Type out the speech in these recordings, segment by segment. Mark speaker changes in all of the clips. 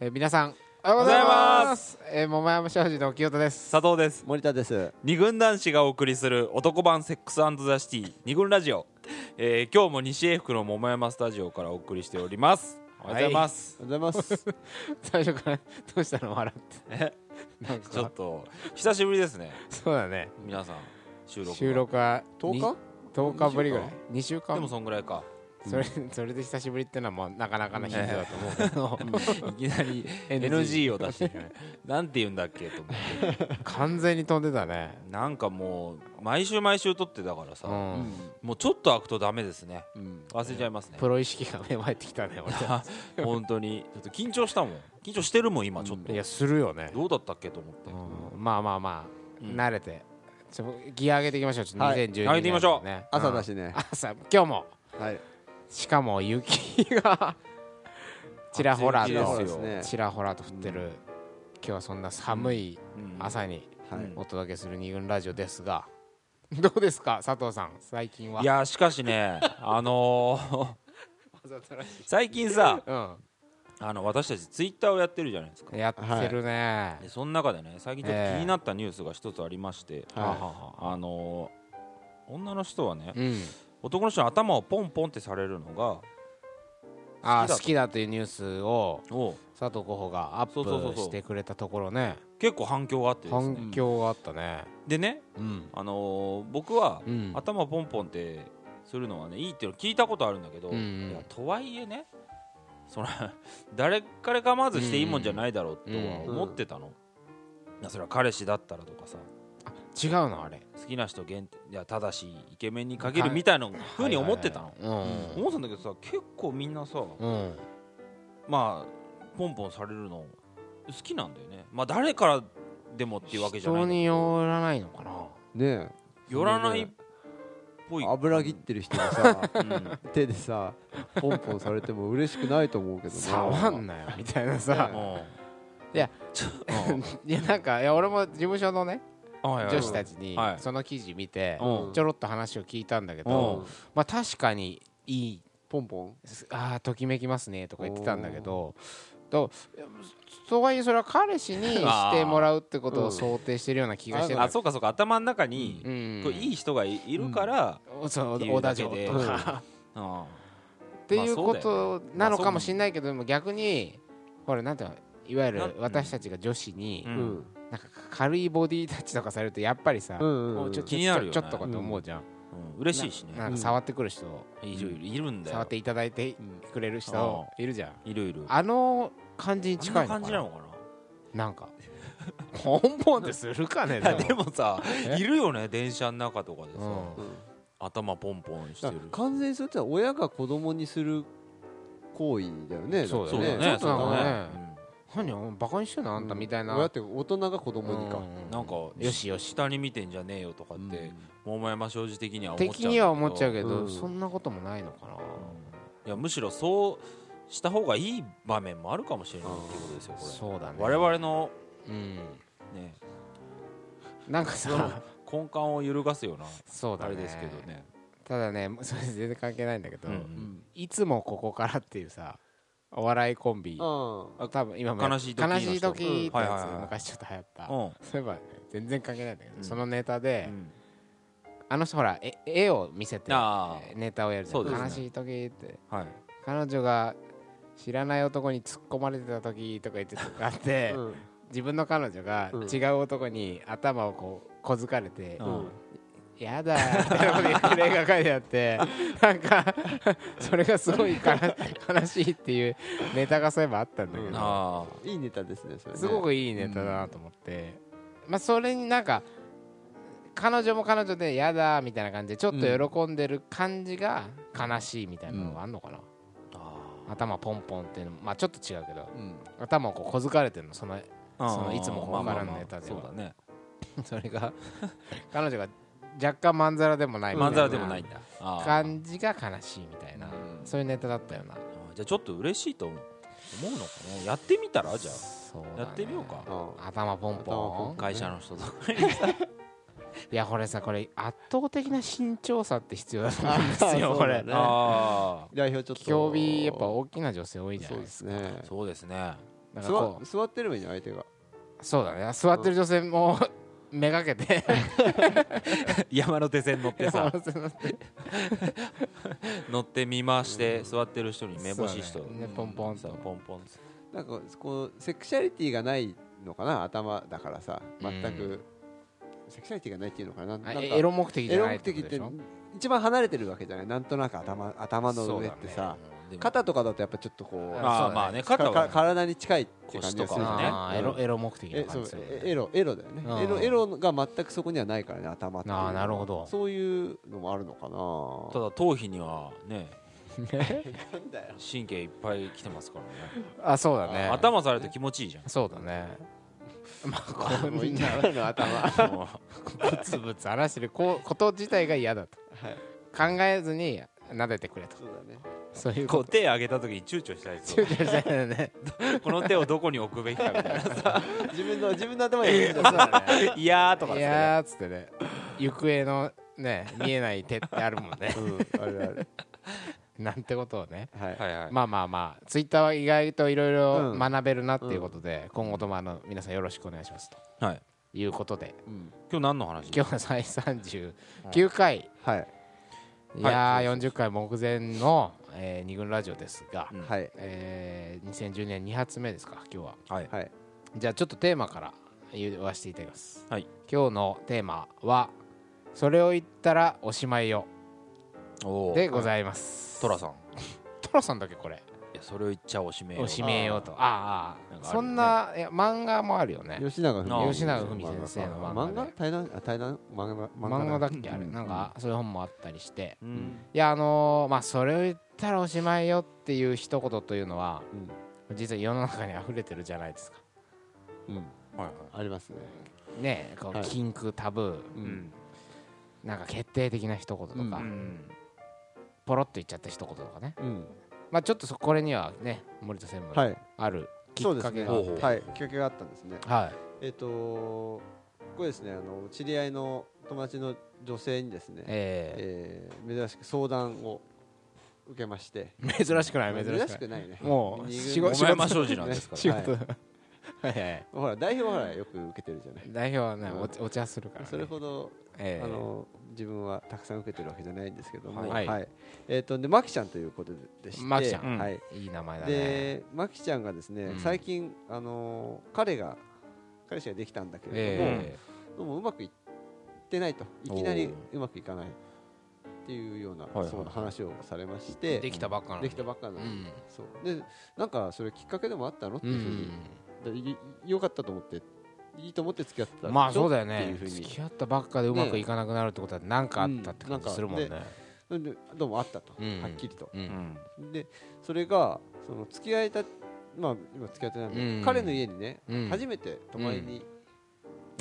Speaker 1: えー皆さんおはようございますえー桃山商事の清田です
Speaker 2: 佐藤です
Speaker 3: 森田です
Speaker 2: 二軍男子がお送りする男版セックスザシティ二軍ラジオ、えー、今日も西英福の桃山スタジオからお送りしておりますおはようございます、
Speaker 3: おはようございます
Speaker 1: 最初からどうしたの笑
Speaker 2: え
Speaker 1: ってなんか
Speaker 2: ちょっと久しぶりですね
Speaker 1: そうだね
Speaker 2: 皆さん収録が
Speaker 1: 収録は
Speaker 3: 10日
Speaker 1: 10日ぶりぐらい2週間
Speaker 2: でもそんぐらいか
Speaker 1: それ それで久しぶりってのはもうなかなかな頻度だと思うけど
Speaker 2: いき なり
Speaker 1: NG
Speaker 2: NG を出して ねなんて言うんだっけと思って
Speaker 1: 完全に飛んでたね
Speaker 2: なんかもう毎週毎週撮ってたからさ、
Speaker 1: うん
Speaker 2: もうちょっと開くとダメですね
Speaker 3: うん
Speaker 2: 忘れちゃいますね
Speaker 1: プロ意識が芽生えてきたね俺
Speaker 2: あ本当にちょっと緊張したもん緊張してるもん今ちょっと、
Speaker 1: いやするよね
Speaker 2: どうだったっけと思って、
Speaker 1: うんまあまあまあ
Speaker 2: うん
Speaker 1: 慣れてちょギア上げていきましょうちょっと
Speaker 3: はい
Speaker 1: 2012年
Speaker 2: 上げていきましょう
Speaker 1: ね
Speaker 3: 朝だ
Speaker 1: うん
Speaker 3: しね
Speaker 1: 朝今日も
Speaker 3: はい
Speaker 1: しかも雪 がちらほら
Speaker 2: 暑い
Speaker 1: と
Speaker 2: で
Speaker 3: ちらほらですね
Speaker 1: ちらほらと降ってる、今日はそんな寒い
Speaker 2: うん
Speaker 1: 朝に
Speaker 3: はい
Speaker 2: うん
Speaker 1: お届けする二軍ラジオですが、 どうですか佐藤さん最近はい
Speaker 2: やしか しねあのー、最近さ
Speaker 1: う
Speaker 2: あの私たちツイッターをやってるじゃないですか
Speaker 1: んやってるね、
Speaker 2: でその中でね最近ちょっ
Speaker 1: え
Speaker 2: と
Speaker 1: え
Speaker 2: 気になったニュースが一つありまして、
Speaker 3: はい
Speaker 2: あのー、女の人はね
Speaker 1: うん
Speaker 2: 男の人の頭をポンポンってされるのが
Speaker 1: あー
Speaker 2: 好きだと
Speaker 1: 好きだというニュースを
Speaker 2: お
Speaker 1: 佐藤候補がア
Speaker 2: そうそうそ
Speaker 1: ッ
Speaker 2: う
Speaker 1: プ
Speaker 2: そう
Speaker 1: してくれたところね
Speaker 2: 結構反響があってですね
Speaker 1: 反響があったね
Speaker 2: でね、
Speaker 1: うん
Speaker 2: あのー僕は、
Speaker 1: うん
Speaker 2: 頭ポンポンってするのはねいいっていうの聞いたことあるんだけど、
Speaker 1: うんうん
Speaker 2: いやとはいえねその 誰彼がまずしていいもんじゃないだろうとは思ってたの、いやそれは彼氏だったらとかさ
Speaker 1: 違うのあれ
Speaker 2: 好きな人限定いやただしイケメンに限るみたいなふうに思ってたの、
Speaker 1: の
Speaker 2: 思ってたんだけどさ結構みんなさ、
Speaker 1: うん、うん
Speaker 2: まあポンポンされるの好きなんだよねまあ誰からでもっていうわけじゃない
Speaker 1: 人
Speaker 2: んだ
Speaker 1: に
Speaker 2: け
Speaker 1: よらないのかな
Speaker 3: ね
Speaker 2: ど寄らないっぽ
Speaker 3: え
Speaker 2: い
Speaker 3: 油切ってる人が さ
Speaker 2: うん
Speaker 3: 手でさポンポンされても嬉しくないと思うけどな
Speaker 1: 触んなよみたいなさ
Speaker 2: うん
Speaker 1: いや
Speaker 2: ち ょ
Speaker 1: いやなんかいや俺も事務所のね女
Speaker 2: 女
Speaker 1: 子たちに
Speaker 2: はい
Speaker 1: その記事見て
Speaker 2: うん
Speaker 1: ちょろっと話を聞いたんだけ
Speaker 3: うん
Speaker 1: どまあ確かにいい
Speaker 3: ポンポン
Speaker 1: あーときめきますねとか言ってたんだけどととはいえそれは彼氏にしてもらうってこと
Speaker 3: う
Speaker 1: を
Speaker 3: ん
Speaker 1: 想定してるような気がして
Speaker 2: あ
Speaker 1: た
Speaker 2: そうかそうか頭の中に
Speaker 1: う、ん
Speaker 2: こういい人がいいるから、
Speaker 1: そう
Speaker 2: っていう
Speaker 1: 小田
Speaker 2: だけ
Speaker 1: 城
Speaker 2: で
Speaker 1: とか
Speaker 2: うん
Speaker 1: っていうこ
Speaker 2: まあそう
Speaker 1: と
Speaker 2: だよね
Speaker 1: なのかもしれないけどでも逆にほらなんていうのいわゆ
Speaker 2: な
Speaker 1: る私たちが女子に
Speaker 2: う
Speaker 3: うんん
Speaker 1: なんか軽いボディタッチとかされるとやっぱりさ
Speaker 3: うんうん
Speaker 1: も
Speaker 3: う
Speaker 1: うんちょ
Speaker 2: 気になるよね
Speaker 1: ちょちょっとかと思うじゃん
Speaker 2: うん嬉しいしね
Speaker 1: なんか触ってくる人
Speaker 2: いるいるいるんだよ
Speaker 1: 触っていただいてくれる人いるじゃん
Speaker 2: いるいる
Speaker 1: あの感じに
Speaker 2: あん
Speaker 1: 近
Speaker 2: な
Speaker 1: の
Speaker 2: い
Speaker 1: か
Speaker 2: 感じな
Speaker 1: な
Speaker 2: のかな
Speaker 1: なんかポンポンってするかね
Speaker 2: いやでもさいるよね電車の中とかでさ、
Speaker 1: もうん
Speaker 2: 頭ポンポンして
Speaker 3: だ
Speaker 2: る
Speaker 3: から完全にそれって親が子供にする行為だよね
Speaker 1: そうだ
Speaker 2: そうだ
Speaker 1: ちょ
Speaker 2: ね
Speaker 1: っとなんかね
Speaker 2: そうだね
Speaker 1: 何お前バカにしてんのあんたみたいな
Speaker 3: 親って大人が子供にか
Speaker 2: うんなんか
Speaker 1: よしよし
Speaker 2: 下に見てんじゃねえよとかっ
Speaker 3: うん
Speaker 2: て、桃山正直的には思っちゃうんだけ
Speaker 1: 的
Speaker 2: ど
Speaker 1: には思っちゃうけ
Speaker 3: う
Speaker 1: ど
Speaker 3: ん
Speaker 1: そんなこともないのかない
Speaker 2: やむしろそうした方がいい場面もあるかもしれないっていうことですよこれ
Speaker 1: そうだね
Speaker 2: 我々の、
Speaker 1: うん
Speaker 2: ね、
Speaker 1: なんかさ
Speaker 2: 根幹を揺るがすような
Speaker 1: そうだ
Speaker 2: あ
Speaker 1: ね
Speaker 2: れですけどね、
Speaker 1: ただねそれ全然関係ないんだけど
Speaker 2: うん
Speaker 1: いつもここからっていうさお笑いコンビ
Speaker 3: ああ
Speaker 1: 多分今も
Speaker 2: 悲しい時の人
Speaker 1: 悲しい時って
Speaker 2: うんはい
Speaker 1: や
Speaker 2: はいは
Speaker 1: つ
Speaker 2: い
Speaker 1: 昔ちょっと流行った
Speaker 2: うんうん
Speaker 1: そういえばね全然関係ないんだけど
Speaker 2: うん
Speaker 1: そのネタで
Speaker 2: うん
Speaker 1: あの人ほらえ絵を見せて
Speaker 2: あー
Speaker 1: ネタをやるじゃん
Speaker 2: そうですね
Speaker 1: 悲しい時って
Speaker 2: はい、
Speaker 1: 彼女が知らない男に突っ込まれてた時とか言ってたのがあって
Speaker 3: うん
Speaker 1: 自分の彼女が
Speaker 3: うん
Speaker 1: 違う男に頭をこう小づかれて
Speaker 2: うん
Speaker 1: やだーみたいなこと言ってる絵が描いてあ ってなんかそれがすごい悲悲しいっていうネタがそういえばあったんだけ
Speaker 3: うん
Speaker 1: ど
Speaker 2: ああ
Speaker 3: いいネタですねそれね
Speaker 1: すごくいいネタだなと思ってまあそれになんか彼女も彼女でやだーみたいな感じでちょっと喜んでる感じが悲しいみたいなのがあんのかな頭ポンポンっていうのもまあちょっと違うけど
Speaker 3: うん
Speaker 1: 頭をこう小づかれてるのその
Speaker 2: あ
Speaker 1: そのいつもこうからの
Speaker 2: まあまあまあ
Speaker 1: ネタで
Speaker 2: そ
Speaker 1: は
Speaker 2: うだね
Speaker 1: それ が彼女が若干まんざらでもないみたい
Speaker 2: ま
Speaker 1: なん
Speaker 2: ざらでもないんだあー
Speaker 1: 感じが悲しいみたいな
Speaker 3: うん
Speaker 1: そういうネタだったよな
Speaker 2: あーじゃあちょっと嬉しいと思う思うのかなやってみたらじゃ
Speaker 1: そうだ
Speaker 2: あ
Speaker 1: ね
Speaker 2: やってみようか
Speaker 3: ああ
Speaker 1: 頭ポン
Speaker 3: 頭ポ
Speaker 1: ポ
Speaker 3: ン
Speaker 1: ン
Speaker 3: ポ
Speaker 2: 会社の人とか
Speaker 1: いやこれさこれ圧倒的な慎重さって必要だと 思うんです
Speaker 3: あ
Speaker 1: よ
Speaker 3: ー
Speaker 1: こ
Speaker 3: そ
Speaker 1: れ
Speaker 3: うだね
Speaker 2: あ
Speaker 3: 代表ちょっと
Speaker 1: 競技やっぱ大きな女性多いじゃ
Speaker 3: そ
Speaker 1: ない
Speaker 3: うで
Speaker 1: です
Speaker 3: すね
Speaker 2: あそうですね
Speaker 1: なんか
Speaker 3: 座
Speaker 1: こ
Speaker 3: 座ってればいいの相手が
Speaker 1: うそうだね座ってる女性もめがけて
Speaker 2: 山手線乗っ てさ
Speaker 1: 山手線乗って
Speaker 2: 乗ってみまして座ってる人に目星人
Speaker 1: そうだねねポンポンと
Speaker 2: そうポンポンと
Speaker 3: なんかこうセクシャリティがないのかな頭だからさ全く、
Speaker 1: うん
Speaker 3: セクシャリティがないっていうのかななんか
Speaker 1: あエロ目的じ
Speaker 3: エ
Speaker 1: ゃ
Speaker 3: ロ
Speaker 1: ない
Speaker 3: 目
Speaker 1: って
Speaker 3: 的
Speaker 1: こと
Speaker 3: っ
Speaker 1: でしてょ
Speaker 3: 一番離れてるわけじゃないなんとなく頭頭の上って
Speaker 1: そうだ
Speaker 3: さ、
Speaker 1: ね
Speaker 2: でも
Speaker 3: 肩とかだとやっぱちょっとこう
Speaker 1: あ
Speaker 2: ま
Speaker 1: そうだ
Speaker 2: あ
Speaker 1: ね
Speaker 2: まあね肩
Speaker 3: か
Speaker 2: は
Speaker 3: か
Speaker 2: ね
Speaker 3: 体に近いって感じが
Speaker 2: 腰と
Speaker 3: す
Speaker 2: か
Speaker 3: る
Speaker 2: は
Speaker 3: じ
Speaker 2: ね
Speaker 3: ゃ
Speaker 1: あー
Speaker 3: ない
Speaker 1: エロ
Speaker 3: うん
Speaker 1: エロ目的
Speaker 3: え
Speaker 1: な
Speaker 3: そ
Speaker 1: 感
Speaker 3: う
Speaker 1: じするよね
Speaker 3: えエロエロだよね
Speaker 1: うん
Speaker 3: エロエロが全くそこにはないからね頭っていうのは
Speaker 1: あーなるほど
Speaker 3: そういうのもあるのか
Speaker 2: た
Speaker 3: な
Speaker 2: だ頭皮にはね
Speaker 3: なんだよ
Speaker 2: 神経いっぱい来てますからね
Speaker 1: あそうだね
Speaker 2: 頭されて気持ちいいじゃん
Speaker 1: そうだねま あこう
Speaker 3: もう
Speaker 1: み
Speaker 3: みん
Speaker 1: ん
Speaker 3: な
Speaker 1: な
Speaker 3: の頭
Speaker 2: も
Speaker 1: ブツブツ話してるこうこと自体が嫌だと考えずに撫でてくれと
Speaker 3: そうだ ね
Speaker 1: そういうう
Speaker 2: こ
Speaker 1: こ
Speaker 2: う
Speaker 1: と
Speaker 2: 手上げた時に躊躇したりす
Speaker 1: 躊
Speaker 2: る
Speaker 1: 躇したよね
Speaker 2: この手をどこに置くべきかみたいなさ
Speaker 3: 自分の自分の頭にいいんだ
Speaker 2: 「
Speaker 3: よ
Speaker 2: いや」とかっ
Speaker 1: い
Speaker 2: てね
Speaker 1: やーっつってね行方のね見えない手ってあるもんね
Speaker 3: うんあるある
Speaker 1: なんてことをね
Speaker 3: はい
Speaker 2: はいはい
Speaker 1: まあまあまあツイッターは意外といろいろ
Speaker 3: うん
Speaker 1: 学べるなっていうことで、今後ともあの皆さんよろしくお願いしますと
Speaker 2: はい
Speaker 1: いうことで
Speaker 3: うん
Speaker 2: 今日何の話
Speaker 1: 今日は再39回、
Speaker 3: はい
Speaker 2: ん
Speaker 1: いやー、
Speaker 2: は
Speaker 1: 40回目前の、えー二軍ラジオですが、
Speaker 2: うん
Speaker 3: はい
Speaker 1: えー2010年2発目ですか今日は
Speaker 2: はい
Speaker 3: はい
Speaker 1: じゃあちょっとテーマから言わせていただきます、
Speaker 2: はい
Speaker 1: 今日のテーマは「それを言ったらおしまいよ
Speaker 2: お」
Speaker 1: で
Speaker 2: ー
Speaker 1: ございます
Speaker 2: トラさん
Speaker 1: トラさんだっけこれ
Speaker 2: いやそれを言っちゃおしめよ
Speaker 1: おしめようとあーあー
Speaker 2: なんかあるよね
Speaker 1: そんないや漫画もあるよね
Speaker 3: 吉永
Speaker 2: あ
Speaker 3: 文
Speaker 2: あ
Speaker 1: 吉永文先生の漫
Speaker 3: 漫
Speaker 1: 画
Speaker 3: 画
Speaker 1: で
Speaker 3: 対談あ対談漫画
Speaker 1: 漫画だっ
Speaker 3: ね
Speaker 1: けあれなんかそういう本もあったりして
Speaker 2: うん
Speaker 1: いやあのーまあそれを言ったらおしまいよっていう一言というのは
Speaker 3: うん
Speaker 1: 実は世の中に溢れてるじゃないですか
Speaker 3: うん
Speaker 2: はいはい
Speaker 3: ありますね
Speaker 1: ねえこ
Speaker 3: は
Speaker 1: う
Speaker 3: い
Speaker 1: 禁句タブー
Speaker 2: うん
Speaker 1: なんか決定的な一言と
Speaker 2: う
Speaker 1: か
Speaker 2: ん
Speaker 1: ポロッと言っちゃった一言とかね
Speaker 3: うん
Speaker 1: まあちょっとそこれにはね森田専務
Speaker 3: は
Speaker 1: の
Speaker 3: い
Speaker 1: あるき
Speaker 3: そう
Speaker 1: っ
Speaker 3: で
Speaker 1: か
Speaker 3: す
Speaker 1: け
Speaker 3: ね
Speaker 1: があ
Speaker 2: ほ
Speaker 1: っ
Speaker 2: うほ
Speaker 1: て
Speaker 2: う
Speaker 3: はいきっかけがあったんですね
Speaker 1: はい
Speaker 3: えっとこれですねあの知り合いの友達の女性にですね
Speaker 1: え
Speaker 3: えー珍しく相談を受けまして
Speaker 1: ー珍しくない珍し
Speaker 3: 珍
Speaker 1: く
Speaker 3: し
Speaker 1: ない
Speaker 3: くないね
Speaker 1: もう
Speaker 3: 二軍
Speaker 1: 仕
Speaker 2: お
Speaker 1: 事仕
Speaker 2: 前
Speaker 1: 事
Speaker 2: 真正直なんです か
Speaker 1: 仕
Speaker 2: ら
Speaker 1: 事はいはい
Speaker 3: ほら代表はほらよく受けてるじゃない
Speaker 1: 代表はね
Speaker 3: うん
Speaker 1: お茶お茶するからね
Speaker 3: それほど
Speaker 1: え
Speaker 3: あ
Speaker 1: え
Speaker 3: の自分はたくさん受けてるわけじゃないんですけども
Speaker 1: はい
Speaker 3: はいえっとでマキちゃんということでして
Speaker 1: マキちゃん
Speaker 3: はい
Speaker 1: いい名前だね
Speaker 3: でマキちゃんがですね、
Speaker 1: うん
Speaker 3: 最近、あのー彼が彼氏ができたんだけれども、
Speaker 1: え
Speaker 3: どうもうまくいってないといきなりうまくいかないっていうような、
Speaker 2: いはいはい
Speaker 3: そうな話をされまし
Speaker 1: え
Speaker 3: て
Speaker 1: できたばっかなのに
Speaker 3: できたばっかなの、
Speaker 1: うん
Speaker 3: そうでなんかそれきっかけでもあったのって
Speaker 1: う
Speaker 3: いうんふうに、でいよかったと思っていいと思って付き合ってた
Speaker 1: まあそうだよ
Speaker 3: ってい
Speaker 1: ね
Speaker 3: うふうに
Speaker 1: 付き合ったばっかでうまくいかなくなるってことは何かあったって感じするもんね
Speaker 3: うんなよでどうもあったと、
Speaker 1: うん
Speaker 3: はっきりと
Speaker 1: う
Speaker 2: うんん
Speaker 3: でそれがその付き合えたまあ今付き合ってないんで、
Speaker 1: うん
Speaker 3: 彼の家にね、
Speaker 1: うん
Speaker 3: 初めて泊まりに、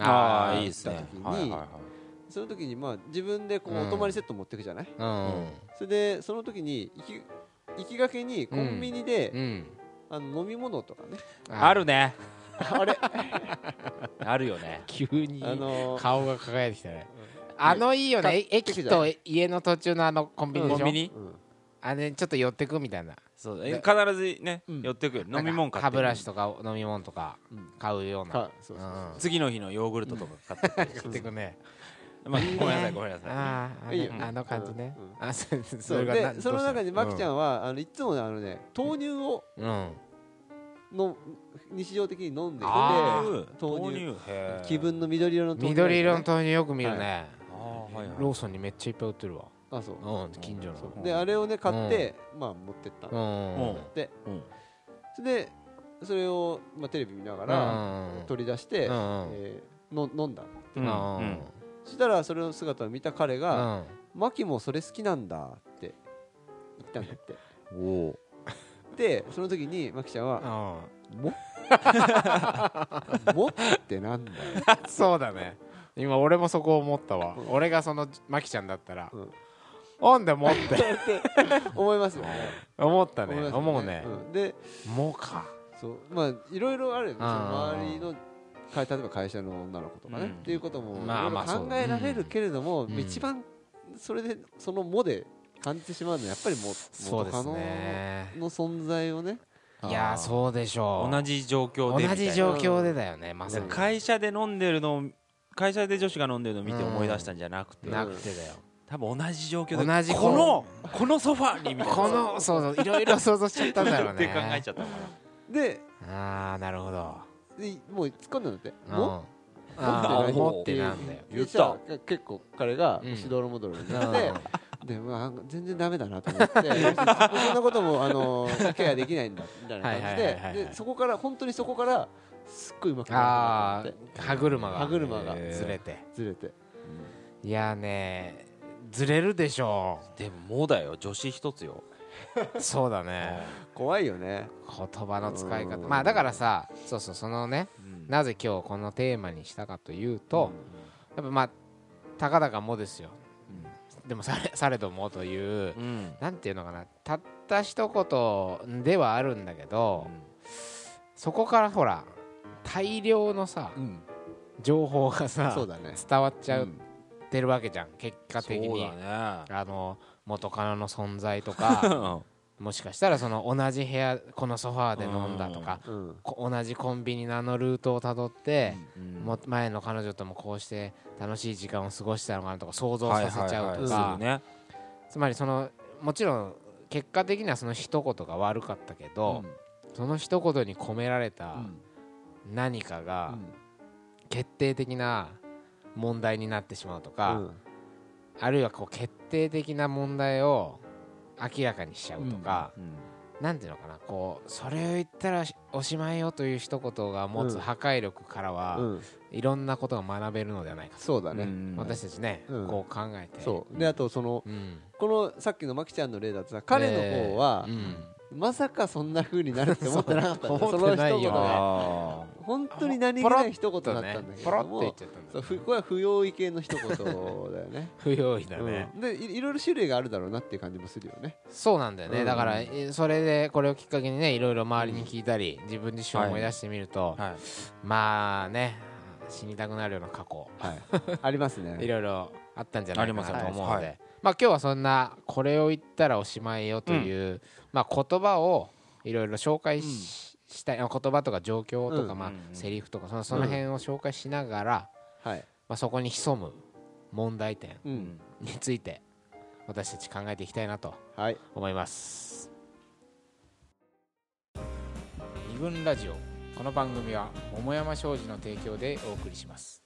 Speaker 2: ああ
Speaker 1: ー
Speaker 2: いいですね
Speaker 3: 行った
Speaker 2: はいは
Speaker 3: 時
Speaker 2: い
Speaker 3: に
Speaker 2: はい
Speaker 3: その時にまあ自分でこ
Speaker 1: う
Speaker 3: うんお泊まりセット持ってくじゃない、
Speaker 1: うん
Speaker 3: それでその時に行き行きがけにコンビニで、
Speaker 1: うん
Speaker 3: あの飲み物とかね、
Speaker 2: あ るね
Speaker 3: あれ、
Speaker 2: あるよね
Speaker 1: 急に
Speaker 3: あのー
Speaker 1: 顔が輝いてきたねあのいいよね
Speaker 3: ってき
Speaker 1: 駅
Speaker 3: たよ
Speaker 1: と家の途中のあのコンビニで
Speaker 2: コ
Speaker 1: し
Speaker 2: ンビ
Speaker 1: ょ
Speaker 2: ニ
Speaker 3: うん
Speaker 1: あれちょっと寄ってくみたいな
Speaker 2: そう
Speaker 1: で
Speaker 2: え必ずね
Speaker 3: うん
Speaker 2: 寄ってくる飲み物買って
Speaker 1: 歯ブラシとか飲み物とか
Speaker 3: うん
Speaker 1: 買うような
Speaker 3: かそう
Speaker 1: う
Speaker 3: そうそ
Speaker 1: ん
Speaker 2: 次の日のヨーグルトとか買ってくる
Speaker 1: 寄ってくね
Speaker 2: まあごめんなさいごめんなさ
Speaker 1: あーあ
Speaker 3: いいよ
Speaker 1: のあの感じね
Speaker 3: う
Speaker 1: あそう
Speaker 3: うそう
Speaker 1: れが
Speaker 3: でその中にマキちゃ
Speaker 1: ん
Speaker 3: んは、あのいつもねあのね豆乳を
Speaker 1: うん
Speaker 3: の日常的に飲んでいて
Speaker 1: あ
Speaker 2: い
Speaker 3: 豆乳
Speaker 2: 豆乳へー
Speaker 3: 気分の緑色の豆乳、
Speaker 1: 緑色の豆乳よく見るね
Speaker 2: あーはいはい
Speaker 1: ローソンにめっちゃいっぱい売ってるわ
Speaker 3: あそう
Speaker 1: うん近所
Speaker 3: そう
Speaker 1: の
Speaker 3: であれをね買って、まあ持ってったの
Speaker 1: うん
Speaker 2: うん
Speaker 3: で
Speaker 2: うん
Speaker 3: それでそれを、まあ、テレビ見ながら
Speaker 1: うん
Speaker 3: 取り出して、
Speaker 1: うん
Speaker 3: えーの飲んだ
Speaker 2: う
Speaker 1: うんん
Speaker 2: う
Speaker 1: うん
Speaker 2: ん
Speaker 3: そしたらそれの姿を見た彼
Speaker 1: う
Speaker 3: が
Speaker 1: ん
Speaker 3: 「マキもそれ好きなんだ」って言ったんだって
Speaker 2: おお
Speaker 3: でその時にマキちゃんは
Speaker 1: うん
Speaker 3: 「も」もってなんだよ
Speaker 1: そうだね今俺もそこ思ったわ
Speaker 3: うん
Speaker 1: 俺がそのマキちゃんだったら
Speaker 3: うん
Speaker 1: 「おんで も」って
Speaker 3: って思いますよ ね
Speaker 1: 思った
Speaker 3: 思い
Speaker 1: ね
Speaker 3: ますよ
Speaker 1: 思うね
Speaker 3: うんで
Speaker 1: 「も」か
Speaker 3: そうまあいろいろあるよねその
Speaker 1: あー
Speaker 3: 周りのか例えば会社の女の子とかね、
Speaker 2: うん
Speaker 3: っていうこともい
Speaker 1: ま
Speaker 3: ろ
Speaker 1: あ
Speaker 3: いろ
Speaker 1: まあ
Speaker 3: 考えられるけれども、
Speaker 1: そううん
Speaker 3: 一番それでその「も」で感じてしまうのはやっぱりも
Speaker 1: そうで
Speaker 3: 元カ
Speaker 1: す
Speaker 3: ノ
Speaker 1: ね
Speaker 3: の存在をね
Speaker 1: ういやーそうでしょう
Speaker 2: 同じ状況でみた
Speaker 1: 同
Speaker 2: いな
Speaker 1: じ状況でだよねまさに
Speaker 2: 会社で飲んでるのを会社で女子が飲んでるのを見て
Speaker 1: うん
Speaker 2: 思い出したんじゃなくて、
Speaker 1: なくて だよ
Speaker 2: 多分同じ状況で
Speaker 1: 同じ
Speaker 2: このこのソファーにみたいな
Speaker 1: このそうそういろいろ想像しち ゃったんだろう
Speaker 2: っ
Speaker 1: ね
Speaker 2: て考えちゃったか
Speaker 3: で
Speaker 1: ああなるほど
Speaker 3: でもう突っ込んだんだって
Speaker 1: うん
Speaker 3: も
Speaker 1: あー
Speaker 2: 思
Speaker 1: 思
Speaker 2: っ
Speaker 1: ってて
Speaker 3: な
Speaker 1: ないんだよ
Speaker 2: 言っ
Speaker 3: そ
Speaker 2: た
Speaker 3: したらけ結構彼が
Speaker 1: うん
Speaker 3: しどろもどろになって
Speaker 1: あ、
Speaker 3: でまあ、全然ダメだなと 思ってそんなこともあのケアできないんだみたいな感じ
Speaker 1: はいはいはいはい
Speaker 3: ででそこから本当にそこからすっごいうまくな
Speaker 1: あ
Speaker 3: って
Speaker 1: ー歯車が
Speaker 3: 歯車が
Speaker 1: ずれて
Speaker 3: ずれて
Speaker 1: いやーねずれるでしょ
Speaker 2: らでももうだよ女子一つよ
Speaker 1: うそうだ ね
Speaker 3: 怖いよね
Speaker 1: 言葉の使い方
Speaker 3: うん
Speaker 1: まあだからさそうそうそのね
Speaker 2: うん
Speaker 1: なぜ今日このテーマにしたかというとやっぱまあたかだかもですよでもされ されどもという
Speaker 2: うんうん
Speaker 1: なんていうのかなたった一言ではあるんだけどそこからほら大量のさ
Speaker 3: うん
Speaker 1: 情報がさ
Speaker 3: そうだね
Speaker 1: 伝わっちゃ
Speaker 3: うん
Speaker 1: ってるわけじゃん結果的に、
Speaker 2: そうだね
Speaker 1: あの元カノの存在と かもしかしたらその同じ部屋このソファーで飲んだとか、
Speaker 3: うん
Speaker 1: こ同じコンビニのあのルートをたどって、
Speaker 2: うん
Speaker 1: も前の彼女ともこうして楽しい時間を過ごしたのかなとか想像
Speaker 2: はい
Speaker 1: さ
Speaker 2: はいはい
Speaker 1: せちゃうと
Speaker 3: ん
Speaker 1: か、
Speaker 2: するね
Speaker 1: つまりそのもちろん結果的にはその一言が悪かったけど、その一言に込められた
Speaker 3: うん
Speaker 1: 何かが決定的な問題になってしまうとか、
Speaker 3: うん
Speaker 1: あるいはこう決定的な問題を明らかにしちゃうとか、
Speaker 2: うん
Speaker 1: なんていうのかなこうそれを言ったらしおしまいよという一言が持
Speaker 3: う
Speaker 1: つ
Speaker 3: ん
Speaker 1: 破壊力からは、
Speaker 3: うん
Speaker 1: いろんなことが学べるのではないかと、
Speaker 3: そうだ
Speaker 2: う
Speaker 3: ね
Speaker 2: ん
Speaker 1: 私たちね、
Speaker 3: うん
Speaker 1: こう考えて
Speaker 3: そうであとその
Speaker 1: うん
Speaker 3: このさっきのマキちゃんの例だとさ彼の方は
Speaker 1: ね
Speaker 3: まさかそんな風になるって思ってなかったんだ よ
Speaker 1: そう
Speaker 3: その一
Speaker 1: 思ってない
Speaker 3: 言
Speaker 1: よ
Speaker 3: が
Speaker 2: あ
Speaker 3: 本当に何気ない一言
Speaker 1: え
Speaker 3: だ
Speaker 1: う
Speaker 3: っ
Speaker 1: ん
Speaker 3: たんだけ
Speaker 1: ポロ
Speaker 3: ど
Speaker 1: っと言っ
Speaker 3: も
Speaker 1: ちゃったんだ
Speaker 3: そうふこれは不用意系の一言だよね
Speaker 1: 不用意だね、
Speaker 3: うんでいいろいろ種類があるだろうなっていう感じもするよね
Speaker 1: そうなんだよね、
Speaker 3: うん
Speaker 1: だからえそれでこれをきっかけにねいろいろ周りに聞いたり、自分自身を思い出してみると、
Speaker 2: ーはい
Speaker 1: まあね死にたくなるような過去
Speaker 3: はい あります
Speaker 1: い
Speaker 3: ね
Speaker 1: ろいろあったんじゃないかなと
Speaker 2: ありま
Speaker 1: 思
Speaker 2: す
Speaker 1: うので、
Speaker 2: はいはい
Speaker 1: まあ今日はそんなこれを言ったらおしまいよという、まあ言葉をいろいろ紹介し,、したいあ言葉とか状況とか、
Speaker 2: うん
Speaker 1: まあ
Speaker 2: うんうん
Speaker 1: セリフとかそのその辺を紹介しながら、
Speaker 3: はい
Speaker 1: まあそこに潜む問題点
Speaker 3: う
Speaker 2: うんん
Speaker 1: について私たち考えていきたいなと
Speaker 3: はい
Speaker 1: 思います二軍ラジオこの番組は桃山商事の提供でお送りします